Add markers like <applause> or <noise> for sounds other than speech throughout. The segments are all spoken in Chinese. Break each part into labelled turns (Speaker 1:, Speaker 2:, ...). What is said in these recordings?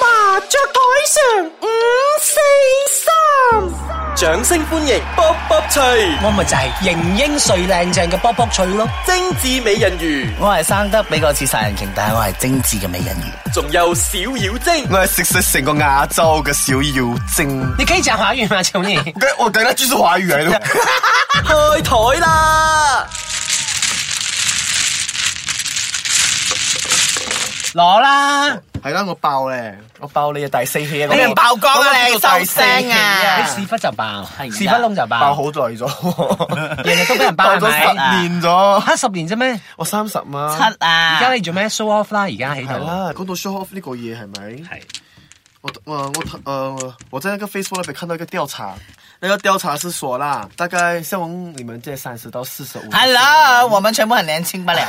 Speaker 1: 麻雀台上五四三，掌聲歡迎卜卜脆，
Speaker 2: 我咪就係型英帥靚正嘅卜卜脆咯，
Speaker 1: 精緻美人魚，
Speaker 2: 我係生得比較似殺人鯨，但係我係精緻嘅美人魚。
Speaker 1: 仲有小妖精，
Speaker 3: 我係哎食食成個亞洲嘅小 <laughs> 妖精。
Speaker 2: 你可以講華語嗎，
Speaker 4: <laughs>
Speaker 2: 求你？
Speaker 3: 我等下專注華語嚟咯。
Speaker 1: 開台啦！
Speaker 2: 攞啦，
Speaker 3: 係啦，我爆咧，我爆你啊！第四氣啊！
Speaker 4: 你唔爆光啊！你
Speaker 3: 我爆
Speaker 4: 收
Speaker 3: 第四氣
Speaker 4: 聲
Speaker 2: 你
Speaker 4: 啊！
Speaker 2: 屎忽就爆，
Speaker 4: 係啦
Speaker 2: 屎忽窿就
Speaker 3: 爆
Speaker 2: 爆
Speaker 3: 好，耐咗，
Speaker 2: 人哋都俾人爆
Speaker 3: 爆
Speaker 2: 係
Speaker 3: 咗
Speaker 2: 咪啊
Speaker 3: 十年咗，
Speaker 2: 黑十年啫咩？
Speaker 3: 我三十
Speaker 4: 七
Speaker 3: 蚊。
Speaker 4: 啊！
Speaker 2: 而家你做咩 show off 啦？而家喺
Speaker 3: 係
Speaker 2: 度。
Speaker 3: 啦，講到 show off 呢個嘢係咪？
Speaker 2: 係。
Speaker 3: 我我我呃，我在那個 Facebook 那邊看到一個調查，那個調查是說啦，大概像我們你們這三十到四十五
Speaker 4: Hello，我們啊全部很年輕不了。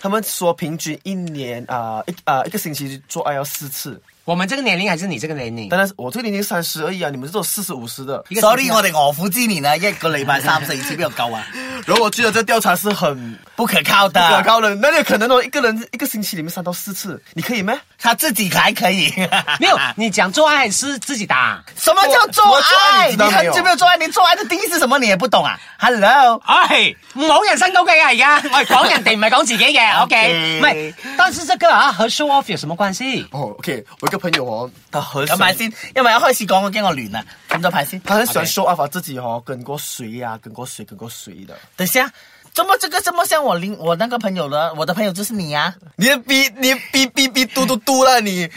Speaker 3: 他們說平均一年啊、一啊、一個星期做愛要四次，
Speaker 2: <laughs> 我們這個年齡還是你這個年齡？
Speaker 3: 當然我這個年齡三十而已啊，你們是做四十五十的。
Speaker 2: 一個星期
Speaker 4: Sorry，我哋卧虎之年啊，一個禮拜
Speaker 2: <laughs>
Speaker 4: 三四次邊度夠啊？
Speaker 3: 然後我覺得這調查是很
Speaker 4: 不可靠
Speaker 3: 不可
Speaker 4: 的，
Speaker 3: 靠的，那有可能哦，一個人一個星期裡面三到四次，你可以咩？
Speaker 4: 他自己還可以。
Speaker 2: <laughs> 沒有，你講做愛是自己打。
Speaker 4: 什麼叫做
Speaker 3: 我做愛
Speaker 4: 愛？
Speaker 3: 你知
Speaker 4: 你
Speaker 3: 道沒有
Speaker 4: 很久沒有做愛，你做愛的定義是什麼？你也不懂啊？Hello，
Speaker 2: 哎，唔好人身攻擊啊！而家我係講人哋，唔係講自己 <laughs> 嘅。OK，唔係，但是這個啊和 show off 有什麼關係？
Speaker 3: 哦，OK，我一個朋友哦，他很喜
Speaker 4: 咁咪先，因為一開始講我驚我亂啊，咁就排先。
Speaker 3: 他很喜歡 show off 啊自己哦，跟過誰呀、跟過誰，跟過誰的。
Speaker 4: 等一下，怎麼這個這麼像我鄰我那個朋友呢？我的朋友就是你啊！
Speaker 3: 你逼你逼逼逼嘟嘟嘟啦你！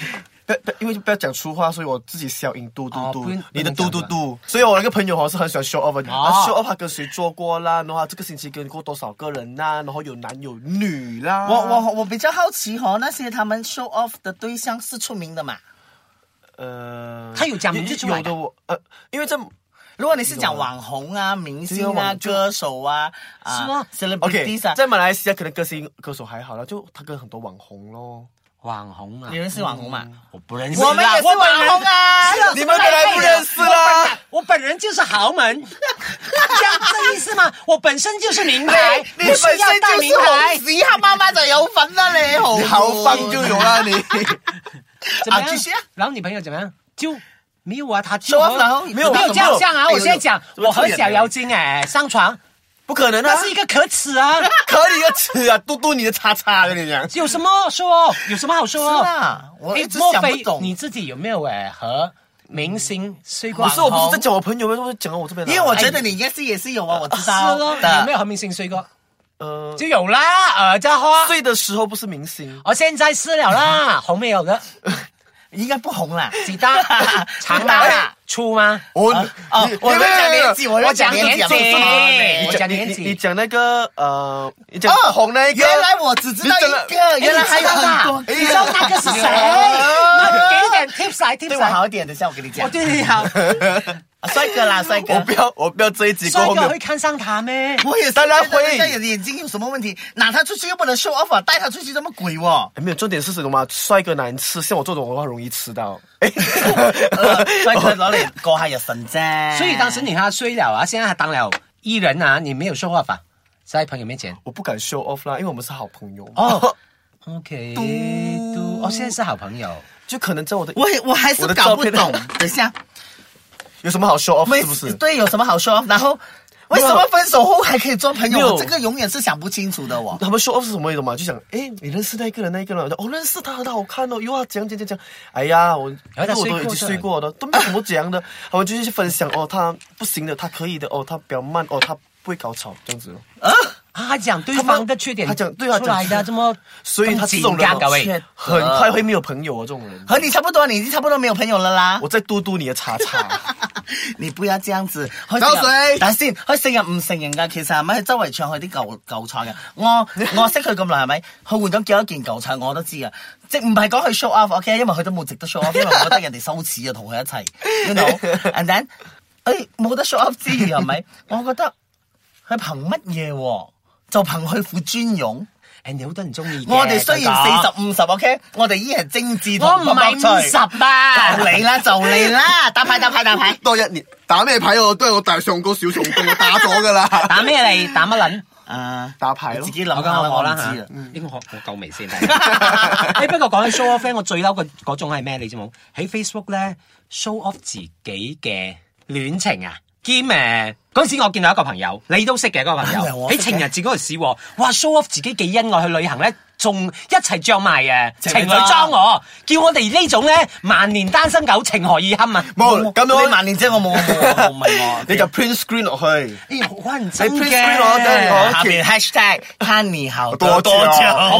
Speaker 3: 不不，因為就不要講粗話，所以我自己消音嘟嘟
Speaker 2: 哦
Speaker 3: 嘟
Speaker 2: 不用，
Speaker 3: 你的
Speaker 2: 不
Speaker 3: 嘟
Speaker 2: 能
Speaker 3: 嘟
Speaker 2: 講
Speaker 3: 嘟。所以我那個朋友哦是很喜歡 show off，的
Speaker 2: 哦
Speaker 3: 他 show off 他跟誰做過啦，然後他這個星期跟過多少個人啊啦，然後有男有女啦。
Speaker 4: 我我我比較好奇哦，那些他們 show off 的對象是出名的嘛？
Speaker 3: 呃，
Speaker 2: 他有講名字出來
Speaker 3: 有
Speaker 2: 的
Speaker 3: 的我呃，因為這
Speaker 4: 如果你是講網紅啊、明星
Speaker 3: 對啊
Speaker 4: 啊、
Speaker 3: 網
Speaker 4: 歌手啊、
Speaker 2: 是嗎
Speaker 4: 啊
Speaker 3: OK，
Speaker 4: celebrities 啊，
Speaker 3: 在馬來西亞可能歌星歌手還好啦，就他跟很多網紅咯。
Speaker 2: 網紅啊
Speaker 4: 你，認識網紅嘛？
Speaker 2: 我不認識啦。
Speaker 4: 我們也是網紅啊！
Speaker 3: 你們本來不認識啦。
Speaker 2: 我本人就是豪門，这样这意思嗎？我本身就是名
Speaker 4: 哎
Speaker 2: 牌，
Speaker 3: 你
Speaker 2: 不需要
Speaker 3: 本身
Speaker 2: 大
Speaker 3: 就是
Speaker 2: 名牌。
Speaker 4: 屎黑媽媽就有份啦，你好，
Speaker 3: 你好放就有啦你。 <laughs>
Speaker 2: 怎麼
Speaker 4: 啊
Speaker 2: 樣
Speaker 4: 繼續啊
Speaker 2: 然後你朋友怎麼樣？就沒有啊，他就
Speaker 4: Show off 然後
Speaker 2: 沒有
Speaker 4: 沒
Speaker 2: 沒
Speaker 4: 有
Speaker 2: 有這樣這樣啊！
Speaker 4: 哎呦
Speaker 2: 我現在講，
Speaker 3: 怎麼
Speaker 2: 我
Speaker 3: 這麼
Speaker 2: 和
Speaker 3: 演
Speaker 2: 小妖精哎上床，
Speaker 3: 不可能啊！
Speaker 2: 那是一個可恥啊！
Speaker 3: 可你個尺啊，嘟嘟你的叉叉，跟你講。
Speaker 2: 有什麼說？有什麼好說？
Speaker 4: 是啊我
Speaker 2: 哎
Speaker 4: 一直
Speaker 2: 莫
Speaker 4: 想不
Speaker 2: 非
Speaker 4: 懂
Speaker 2: 你自己有沒有哎和明星睡過？
Speaker 3: 不是，我不是在講我朋友，我是講到我這邊
Speaker 4: 因
Speaker 3: 來。
Speaker 4: 為我覺得你應該是也是有啊，我知道
Speaker 2: 咯，有沒有
Speaker 4: 的。
Speaker 2: 和明星睡過？
Speaker 3: 呃，
Speaker 2: 就有啦，耳朵花。
Speaker 3: 睡的時候不是明星，
Speaker 2: 我現在是了啦，紅沒有的，
Speaker 4: 應該不紅啦，
Speaker 2: 幾大長大
Speaker 4: 哎
Speaker 2: 啦，粗嗎？
Speaker 3: 啊我
Speaker 4: 哦，我在講年紀，我在講年
Speaker 2: 我
Speaker 4: 紀，
Speaker 2: 講年紀
Speaker 4: 我
Speaker 2: 我
Speaker 4: 說
Speaker 2: 講
Speaker 3: 你
Speaker 2: 年
Speaker 3: 你你
Speaker 2: 紀，
Speaker 3: 講那個呃，你講
Speaker 4: 哦
Speaker 3: 紅那一個，
Speaker 4: 原來我只知道一個，原來還有很多。
Speaker 2: 你知道那個是誰？那給一點 tips 來 tips
Speaker 4: 對我
Speaker 2: 來，
Speaker 4: 好一點，等一下我跟你
Speaker 2: 我
Speaker 4: 講。
Speaker 2: 對你好，
Speaker 4: 帥哥啦，帥
Speaker 3: 我不
Speaker 4: 哥，
Speaker 3: 要我不要這一集過後
Speaker 2: 帥哥
Speaker 3: 面
Speaker 2: 會看上他咩？
Speaker 4: 我也是
Speaker 3: 當然
Speaker 4: 覺得人家
Speaker 3: 會
Speaker 4: 有眼睛有什麼問題？拿他出去又不能 show off，啊，帶他出去這麼鬼哦。
Speaker 3: 哎，沒有重點是什麼嘛？帥哥難吃，像我這種我很容易吃 <laughs> 到。哎，
Speaker 4: 所以佢攞嚟過下日神啫。
Speaker 2: 所以當時你和他睡了啊，現在他當了藝人啊，你沒有說話吧？在朋友面前。
Speaker 3: 我不敢 show off 啦，因為我們是好朋友。
Speaker 2: 哦，OK，都，哦，現在是好朋友。
Speaker 3: 就可能在我的
Speaker 4: 我我還是
Speaker 3: 我的
Speaker 4: 搞
Speaker 3: 照
Speaker 4: 不
Speaker 3: 片
Speaker 4: 懂。等一下，
Speaker 3: 有什麼好 show off
Speaker 4: 為
Speaker 3: 是不是？
Speaker 4: 對有什麼好 show off？然後為什麼分手後還可以做朋
Speaker 3: 沒有
Speaker 4: 友？我這個永遠是想不清楚的我。
Speaker 3: 他们 show off 是什么意思嘛？就想，哎，你認識那一個人，那一個人，我、哦、認識他，他好看哦，又要講講講講，哎呀，我
Speaker 2: 然后他
Speaker 3: 我
Speaker 2: 睡
Speaker 3: 都
Speaker 2: 过
Speaker 3: 已
Speaker 2: 的
Speaker 3: 經睡過的，都沒有什麼講的，他們就是去分享哦，他不行的，他可以的，哦，他比較慢，哦，他不會高潮，這樣子咯。
Speaker 2: 啊，他講對
Speaker 3: 他們
Speaker 2: 方的缺點，
Speaker 3: 他講對啊
Speaker 2: 出來
Speaker 3: 講
Speaker 2: 的這麼，
Speaker 3: 所以他這種
Speaker 2: 這麼
Speaker 3: 人
Speaker 2: 緊張各位
Speaker 3: 哦，很快會沒有朋友哦，這種人。
Speaker 4: 和你差不多，你已經差不多沒有朋友了啦。
Speaker 3: 我在嘟嘟你的叉
Speaker 2: <laughs>
Speaker 3: 叉，
Speaker 4: <laughs> 你不要這樣子，佢
Speaker 3: 走水
Speaker 4: 但先，佢成日唔承認㗎，其實係咪？佢周圍唱佢啲舊舊菜嘅，我我識佢咁耐係咪？佢換咗幾多件舊菜我都知啊，即係唔係講佢 show off，OK？、因為佢都冇值得 show off，因為我覺得人哋羞恥啊，同佢一齊，you
Speaker 2: <laughs>
Speaker 4: know？And then，誒冇得 show off 之餘係咪？我覺得佢憑乜嘢喎？就憑佢副專用。
Speaker 2: 誒，你好多人中意嘅
Speaker 4: 我哋雖然
Speaker 2: 佢講
Speaker 4: 四十五十，OK，我哋依然係精緻
Speaker 2: 我
Speaker 4: 同
Speaker 2: 唔係五十啊！
Speaker 4: 就你啦，就你啦，打牌打牌打牌。
Speaker 2: <laughs>
Speaker 3: 多一年打咩牌我都係我大上高小蟲洞，我打咗噶啦。
Speaker 2: 打咩嚟？打乜撚？
Speaker 4: 啊
Speaker 3: 打牌咯
Speaker 4: 自己諗
Speaker 2: 我梗
Speaker 4: 下
Speaker 2: 係
Speaker 4: 我
Speaker 2: 我
Speaker 4: 啦
Speaker 2: 啦
Speaker 4: 唔知
Speaker 2: 嚇
Speaker 4: 啊，，
Speaker 2: 應該我我夠未
Speaker 4: <laughs>
Speaker 2: 先。<laughs> 誒不過講起 show off 咧，我最嬲嗰嗰種係咩？你知冇？喺 Facebook 咧 show off 自己嘅戀情啊！兼誒嗰陣時，我見到一個朋友，你都識嘅嗰個朋
Speaker 4: 梗 <laughs> 係啊
Speaker 2: 友，
Speaker 4: 我識
Speaker 2: 喺
Speaker 4: 嘅
Speaker 2: 情人節嗰度試喎，哇 show off 自己幾恩愛去旅行咧，仲一齊着埋誒
Speaker 4: 情
Speaker 2: 情
Speaker 4: 侶
Speaker 2: 侶裝
Speaker 4: 裝
Speaker 2: 我，叫我哋呢種咧萬年單身狗情何以
Speaker 4: <laughs>
Speaker 2: 堪啊！ <laughs>
Speaker 3: 冇咁樣
Speaker 4: 你萬年啫，我冇，我冇，我唔係我。
Speaker 3: 你就 print screen 哦落去，
Speaker 2: 咦，好認真
Speaker 3: 你 print
Speaker 2: 嘅
Speaker 3: screen 我真係 <laughs> 我
Speaker 4: 下面 hashtag 看你好
Speaker 3: 多啊
Speaker 4: 多
Speaker 3: 久
Speaker 4: 多啊久，
Speaker 2: 我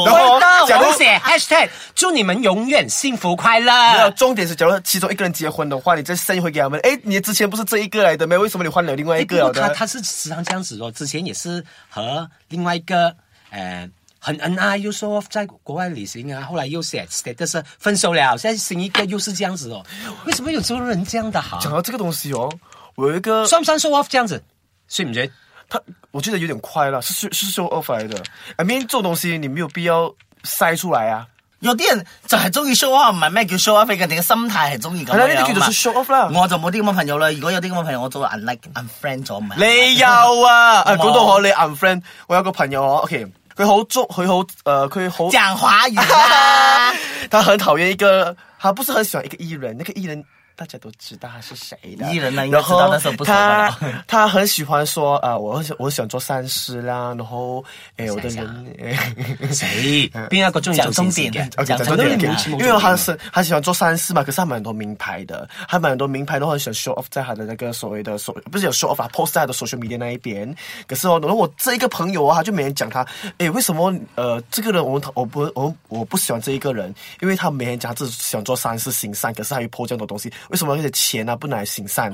Speaker 3: 然后
Speaker 2: 不到，
Speaker 3: 假如
Speaker 2: 我写 hashtag 祝你们永远幸福快
Speaker 3: 然后
Speaker 2: 乐。
Speaker 3: 重点是，假如其中一个人结婚的话，你再 send 回给他们，哎，你之前不是这一个来的吗？为什么你换了另外一
Speaker 2: 哎不
Speaker 3: 个了
Speaker 2: 过他
Speaker 3: 的？
Speaker 2: 他是时常这样子哦，之前也是和另外一个呃很恩爱，又说在国外旅行啊，后来又写 status 分手了，现在新一个又是这样子哦。为什么有时候人这样的好？
Speaker 3: 讲到这个东西哦，我有一个
Speaker 2: 算不算 show off 这样子？算唔
Speaker 3: <laughs>
Speaker 2: 算？
Speaker 3: 他，我觉得有点快了，是是是 show off 来的。I mean，这种东西你没有必要晒出来啊。
Speaker 4: 有啲人就係中意 show off，唔係咩叫 show off，佢哋嘅心態係中意咁樣
Speaker 3: 係啦呢啲
Speaker 4: 啊嘛
Speaker 3: 叫做 show off 啦
Speaker 4: 我就冇啲咁嘅朋友啦。如果有啲咁嘅朋友，我早就 unlike、unfriend 咗，唔係。
Speaker 3: 你有啊？誒
Speaker 4: 冇
Speaker 3: 講到我你 unfriend，我有個朋友哦，OK，佢好中，佢好誒，佢好，
Speaker 4: 講華語
Speaker 3: <laughs>
Speaker 4: 啦。
Speaker 3: 他很討厭一個，他不是很喜歡一個藝人，那個藝人。大家都知道他是誰的
Speaker 4: 藝人呢應該
Speaker 3: 然
Speaker 4: 知道
Speaker 3: 后
Speaker 4: 但是不熟
Speaker 3: 他
Speaker 4: 吧
Speaker 3: 他很喜歡說啊、我很喜我喜歡做善事啦，然後誒我的人， <laughs>
Speaker 2: 谁？邊一個中意做善事
Speaker 4: 講
Speaker 2: 嘅
Speaker 4: 重？點
Speaker 3: OK，嗯讲
Speaker 4: 講
Speaker 3: 重
Speaker 4: 重
Speaker 3: 點
Speaker 4: 點
Speaker 2: 啊
Speaker 3: 因为他是他喜欢做善事嘛，可是他买很多名牌的，他买很多名牌的话，很喜欢 show off 在他的那个所谓的所不是有 show off 啊，post 在他的 social media 那一边。可是哦，然后我这一个朋友啊，他就每天讲他，诶，为什么呃这个人我我不我我不喜欢这一个人，因为他每天讲他自己喜欢做善事行善，可是他又 po 这样的东西，为什么那些钱啊不拿来行善？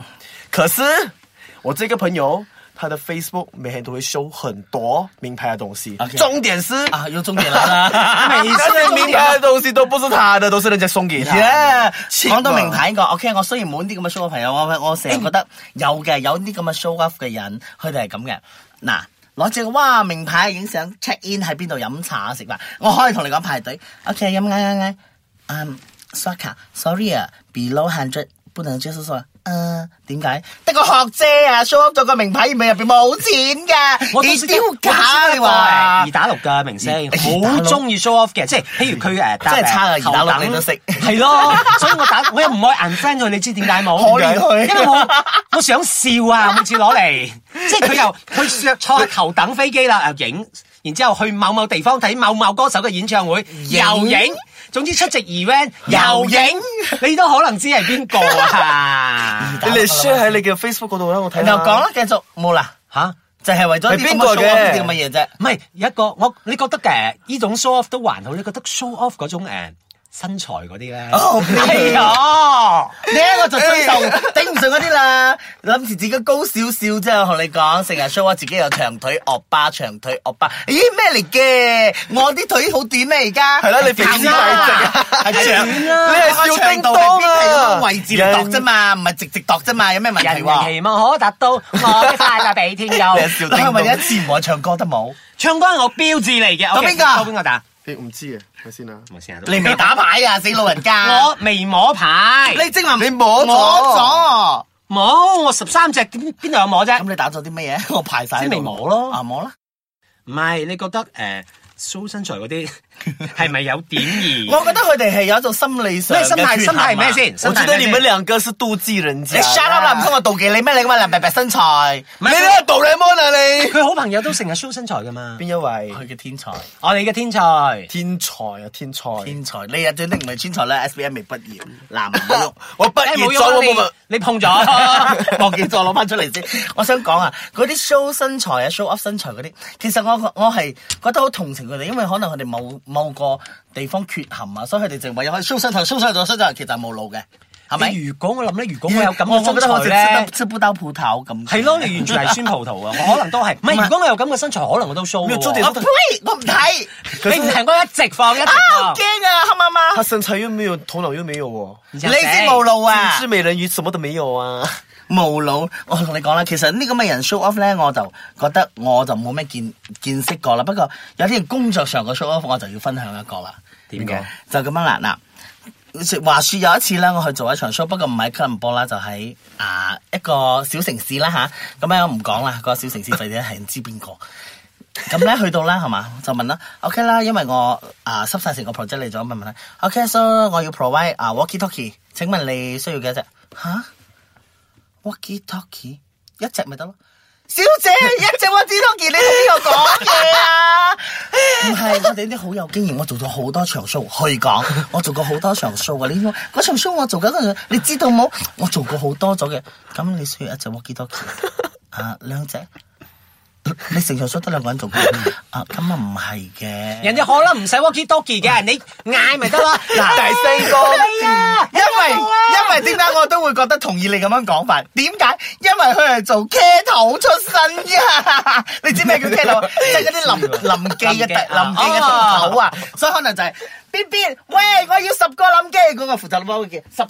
Speaker 3: 可是我这个朋友。他的 Facebook 每天都会修很多名牌的东西
Speaker 4: OK
Speaker 3: 重点是
Speaker 4: 啊，有重點
Speaker 2: <laughs>
Speaker 4: 啦。
Speaker 3: 每次名牌的东西都不是他的，都是人家送给他的。
Speaker 4: 耶！
Speaker 3: 切
Speaker 4: 講到
Speaker 3: 嘛
Speaker 4: 名，牌
Speaker 2: 嗯
Speaker 4: 個，OK，我雖然冇呢啲咁嘅 show off 朋友，我我成日覺得有嘅，有啲咁嘅 show off 嘅人，佢哋係咁嘅。嗱，攞住個哇名牌影相 check in 喺邊度飲茶食飯，我可以同你講排隊。OK，飲嗌啊嗌嗌，嗯，刷卡，sorry 啊，below hundred 不能接受說。嗯，點解？得個學姐啊，show off 咗個名牌，入面入邊冇錢㗎，
Speaker 2: 我都
Speaker 4: 幾
Speaker 2: 識得
Speaker 4: 丟架你話？
Speaker 2: 二打六嘅明星，好中意 show off 嘅，即係譬如佢誒，
Speaker 4: 真係差啊二打六你都識
Speaker 2: 係咯，所以我打我又唔愛 unfriend 佢，你知點解冇？
Speaker 4: <laughs> 可憐佢
Speaker 2: 因為我我想笑啊，每
Speaker 4: <laughs>
Speaker 2: 次攞嚟，即係佢又佢坐喺頭等飛機啦，又影，然之後去某某地方睇某某歌手嘅演唱會，又影。總之出席 event 又影，你都可能知係邊個
Speaker 4: <laughs>
Speaker 2: 啊？
Speaker 3: 你嚟 share 喺你嘅 Facebook 嗰度啦，我睇下。
Speaker 4: 然後講啦，繼續冇啦，
Speaker 2: 嚇！
Speaker 4: 就係為咗
Speaker 3: 係
Speaker 4: 啲
Speaker 3: 邊
Speaker 4: 咁
Speaker 3: 個
Speaker 4: 嘅 show off
Speaker 3: 嘅
Speaker 4: 啲咁嘅嘢啫。
Speaker 2: 唔係有一個我，你覺得嘅呢種 show off 都還好，你覺得 show off 嗰種誒、呃身材嗰啲咧？
Speaker 4: <laughs> 哦
Speaker 2: 係啊，
Speaker 4: 呢我就追受頂唔順嗰啲啦，諗住自己高少少啫，同你講，成日 show 我自己有長腿惡霸，長腿惡霸，咦咩嚟嘅？我啲腿好短啊咩而家？
Speaker 3: 係啦你肥
Speaker 4: 長
Speaker 3: 先大隻啊
Speaker 4: 係長
Speaker 2: 係啦
Speaker 4: 你係
Speaker 3: 我
Speaker 4: 笑
Speaker 3: 長
Speaker 4: 叮
Speaker 3: 度
Speaker 4: 當啊！
Speaker 3: 係邊係咁樣
Speaker 4: 位
Speaker 3: 位
Speaker 4: 置
Speaker 3: 置
Speaker 4: 嚟
Speaker 3: 嚟
Speaker 4: 度
Speaker 3: 度
Speaker 4: 啫
Speaker 3: 啫
Speaker 4: 嘛，唔係直直度啫嘛，有咩問
Speaker 2: 人
Speaker 4: 題
Speaker 2: 人
Speaker 4: 喎？
Speaker 2: 期望可達到，我的快樂比天高。
Speaker 4: <laughs> 你係咪一次唔可以唱歌得冇？
Speaker 2: 唱歌係我標誌嚟嘅，
Speaker 4: 到
Speaker 2: OK，
Speaker 4: 邊個
Speaker 2: 到邊個打？
Speaker 3: 誒唔知啊，睇先啊。
Speaker 2: 我先啊
Speaker 4: 你未打牌啊，死老人家！
Speaker 2: 我未摸牌，
Speaker 4: 你正話
Speaker 3: 你摸咗
Speaker 4: 摸
Speaker 2: 冇我十三隻點邊度有摸啫
Speaker 4: 咗，咁？你打咗啲乜嘢？我排晒喺度
Speaker 2: 即係未摸咯
Speaker 4: 啊摸啦。
Speaker 2: 唔係你覺得誒、呃、show 身材嗰啲 <laughs> 係咪有點
Speaker 4: 我
Speaker 2: 兒？
Speaker 4: 覺得佢哋係有一種心理上嘅
Speaker 2: 咩心態
Speaker 4: 缺陷
Speaker 2: 心哎態係咩
Speaker 4: 啊
Speaker 2: 先
Speaker 3: 我覺得你們兩個是妒忌人家。
Speaker 4: 你 shut up 啦，唔通我妒忌你咩？你咁嘅林伯伯身材，
Speaker 2: 唔係
Speaker 3: 你呢個哆啦 A 夢啊
Speaker 2: 佢好朋友都成日 show 身材噶嘛
Speaker 3: 你？邊？一位？
Speaker 4: 佢嘅天才，
Speaker 2: 我哋嘅天才。
Speaker 3: 天才啊，天才！
Speaker 4: 天才，你又最叻唔係天才啦，S B M 未畢業，嗱唔
Speaker 2: <laughs>
Speaker 4: 好喐。
Speaker 3: 我畢
Speaker 2: 誒
Speaker 3: 業
Speaker 2: 冇
Speaker 3: 咗，我
Speaker 2: 用
Speaker 3: 冇
Speaker 2: 啊你你碰 <laughs> 咗。
Speaker 4: <laughs> 忘記咗攞翻出嚟先。我想講啊，嗰啲 show 身材啊，show up 身材嗰啲，其實我我係覺得好同情佢哋，因為可能佢哋某某個地方缺陷啊，所以佢哋淨唯有可以 show 身材，show 身材，show 身材，其實係冇腦嘅，係咪？
Speaker 2: 如果我諗哎咧，如果我有咁
Speaker 4: 我
Speaker 2: 嘅
Speaker 4: 覺
Speaker 2: 身
Speaker 4: 得我食
Speaker 2: 材
Speaker 4: 得
Speaker 2: 咧，
Speaker 4: 吃不到葡萄咁。
Speaker 2: 係咯，你完全係酸葡 <laughs> 萄啊！我可能都係，唔
Speaker 4: 唔係
Speaker 2: 係如果我有咁嘅身材，可能我都 show
Speaker 3: 沒有
Speaker 2: 嘅
Speaker 3: 重點
Speaker 4: 我
Speaker 2: 喎。
Speaker 4: 呸！哦我唔睇。哎
Speaker 2: 你唔係我一直放一直
Speaker 4: 啊，好
Speaker 2: 放，
Speaker 4: 驚啊，黑媽媽
Speaker 3: 他。身材又沒有，頭腦又沒有哦，
Speaker 4: 你先冇路啊
Speaker 3: 是！美人魚，什麼都沒有啊。
Speaker 4: 無腦，我同你講啦，其實呢咁嘅人 show off 咧，我就覺得我就冇咩見見識過啦。不過有啲人工作上嘅 show off，我就要分享一個啦。
Speaker 2: 點講？
Speaker 4: 就咁樣啦，嗱。話説有一次咧，我去做一場 show，不過唔喺吉隆坡啦，就喺啊一個小城市啦吓，咁樣我唔講啦，個小城市就係係唔知邊個。 <laughs> 咁咧去到啦，係嘛就問啦，OK 啦，因為我啊濕晒成個 project 嚟咗，咪問啦，OK，so 我要 provide 啊 walkie talkie，請問你需要幾多隻？吓 walkie talkie 一隻咪得咯。小姐，一隻 walkie talkie 你同邊個講嘢啊？ <laughs> 唔係，我哋啲好有經驗，我做咗好多場 show 去講，我做過好多場 show 啊嘅。你知唔知嗰場 show 我做緊嗰陣，你知道冇？我做過好多咗嘅。咁你需要一隻 walkie <laughs> talkie 啊，兩隻。你成場 show 得兩個人做嘅啊？咁啊唔係嘅。
Speaker 2: 人哋可能唔使 walkie talkie <laughs> 嘅，你嗌咪得啦。 <laughs> 嗱，
Speaker 4: 第四個
Speaker 2: 係啊，
Speaker 4: 因為因為點解我都會覺得同意你咁樣講法？點解？因為佢係做 K 頭出身嘅， <laughs> 你知咩叫 K
Speaker 2: <laughs>
Speaker 4: 頭？即係嗰啲林林記嘅
Speaker 2: 林記啊哦
Speaker 4: 林記嘅頭啊，所以可能就係邊邊，喂，我要十個林記，嗰個負責幫佢嘅十個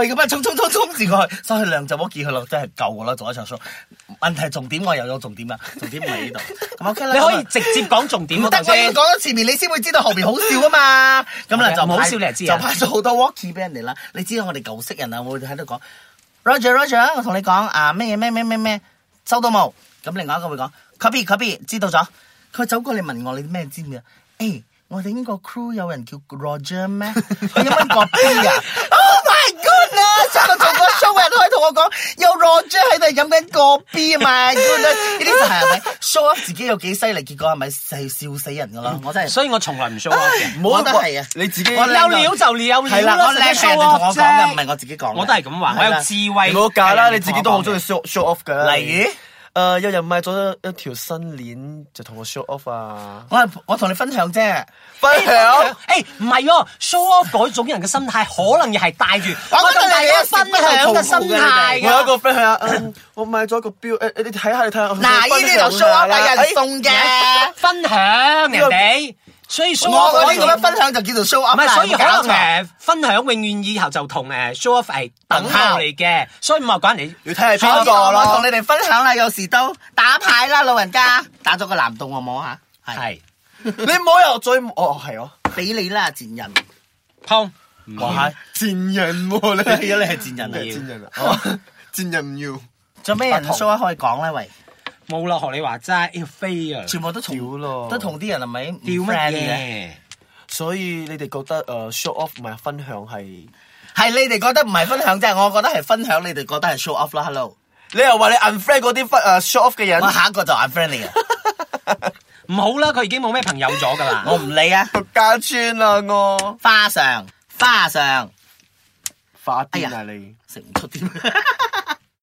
Speaker 4: 去咁啊，衝衝衝衝住過去，所以佢兩隻波見佢落真係夠噶啦，做一場 show。問題重點我又有重點啊，重點唔喺呢度。咁 OK 啦，
Speaker 2: 你可以
Speaker 4: 咁啊
Speaker 2: 直接講重點
Speaker 4: 唔
Speaker 2: 嗰
Speaker 4: 得，
Speaker 2: 度
Speaker 4: 我要
Speaker 2: 先
Speaker 4: 講。咗前面，你先會知道後面好笑啊嘛。咁啦，
Speaker 2: 係啊
Speaker 4: 就
Speaker 2: 唔好
Speaker 4: 派
Speaker 2: 笑你就知
Speaker 4: 就
Speaker 2: 啊
Speaker 4: 派咗好多 walkie 俾人哋啦。你知道我哋舊識人啊，會喺度講 Roger Roger，我同你講啊咩嘢咩咩咩咩，收到冇？咁另外一個會講 copy copy，知道咗。佢走過嚟問我你咩知唔知啊？誒，我哋呢個 crew 有人叫 Roger 咩？佢有乜
Speaker 2: <laughs>
Speaker 4: copy 啊？Oh my goodness！我做過 show 嘅人可以同我講有 Roger 喺度飲緊個 B 啊嘛，goodness！呢啲就係係咪 show up 自己有幾犀利？結果係咪係笑死人㗎啦？我真係。
Speaker 2: 嗯所以我從來唔 show off 嘅。
Speaker 4: 我覺得係啊，
Speaker 3: 你自己
Speaker 4: 我
Speaker 2: 有
Speaker 4: 靚
Speaker 2: 料就料，有料
Speaker 4: 係啦，我
Speaker 2: 使乜
Speaker 4: 靚係人
Speaker 2: show
Speaker 4: 哋同
Speaker 2: off
Speaker 4: 我講嘅，
Speaker 2: 啫
Speaker 4: 唔係我自己講嘅。
Speaker 2: 我都係咁話，我
Speaker 4: 係啦
Speaker 2: 有智慧。
Speaker 3: 你唔好嫁啦，
Speaker 2: 係
Speaker 3: 你自己都好中意
Speaker 2: 人哋
Speaker 3: show show off 噶。
Speaker 4: 啊例如
Speaker 3: 誒、有人買咗一條新鏈就同我 show
Speaker 4: <laughs>
Speaker 3: off 啊！
Speaker 4: 我係我同你分享啫。
Speaker 3: 分
Speaker 2: 同
Speaker 3: 享
Speaker 2: 我講嘅。誒唔係喎，show off 嗰種人嘅心態，可能又係帶住
Speaker 4: 我
Speaker 2: 我
Speaker 4: 覺
Speaker 2: 同
Speaker 4: 得
Speaker 2: 大
Speaker 4: 你有
Speaker 2: 家
Speaker 4: 時
Speaker 2: 分
Speaker 4: 都係
Speaker 2: 享嘅
Speaker 4: 好好
Speaker 2: 心
Speaker 4: 嘅
Speaker 2: 態
Speaker 4: 你
Speaker 2: 㗎
Speaker 3: 我有一個 friend 係
Speaker 4: <laughs>
Speaker 3: 啊，嗯我買咗個表，誒、你睇下你睇下。
Speaker 4: 嗱，
Speaker 3: 嗱
Speaker 4: 呢啲就 show up 係人送嘅。
Speaker 2: 分享人哋，所以 show
Speaker 4: 我
Speaker 2: off
Speaker 4: 嗰啲咁
Speaker 2: 嗰
Speaker 4: 樣
Speaker 2: 種
Speaker 4: 分享就叫做 show
Speaker 2: 唔
Speaker 4: up
Speaker 2: 係，
Speaker 4: 啦。
Speaker 2: 所以
Speaker 4: 有
Speaker 2: 可
Speaker 4: 冇搞錯
Speaker 2: 能誒分享永遠以後就同誒 à. show off 係等號嚟嘅，所以唔係講人
Speaker 3: 要
Speaker 2: 哋
Speaker 3: 睇下邊
Speaker 4: 我
Speaker 3: 個
Speaker 4: 我
Speaker 3: 咯
Speaker 4: 同。你哋分享啦，有時都打牌啦，老人家打咗個藍洞我摸下，
Speaker 2: 係
Speaker 3: 你唔好又追，哦係哦，
Speaker 4: 俾你啦，賤人。
Speaker 2: 碰
Speaker 3: 哇賤人喎你，
Speaker 4: 你係賤人啊
Speaker 3: 你係賤人啊，哦 <laughs> 賤人唔要。
Speaker 4: 做咩人 show up 可以講咧？喂，
Speaker 2: 冇啦，學你話齋要飛啊，
Speaker 4: 全部都同
Speaker 3: 屌咯
Speaker 4: 都同啲人係咪唔
Speaker 2: 吊
Speaker 4: friend
Speaker 2: 乜
Speaker 4: 嘅？
Speaker 2: 嘢？
Speaker 3: 所以你哋覺得誒、呃 show off 唔係分享係？你
Speaker 4: 係你哋覺得唔係分享啫，我覺得係分享，你哋覺得係 show off 啦。Hello，
Speaker 3: 又話你 unfriend 嗰啲分誒、show off 嘅人
Speaker 4: 我下一個就 unfriend 你啊，
Speaker 2: 唔好啦，佢已經冇咩朋友咗㗎啦。
Speaker 4: 我唔理啊。
Speaker 3: 獨家村啦我，
Speaker 4: 花上，花上，
Speaker 3: 發
Speaker 4: 哎呀
Speaker 3: 癲啊你！
Speaker 4: 食唔出添。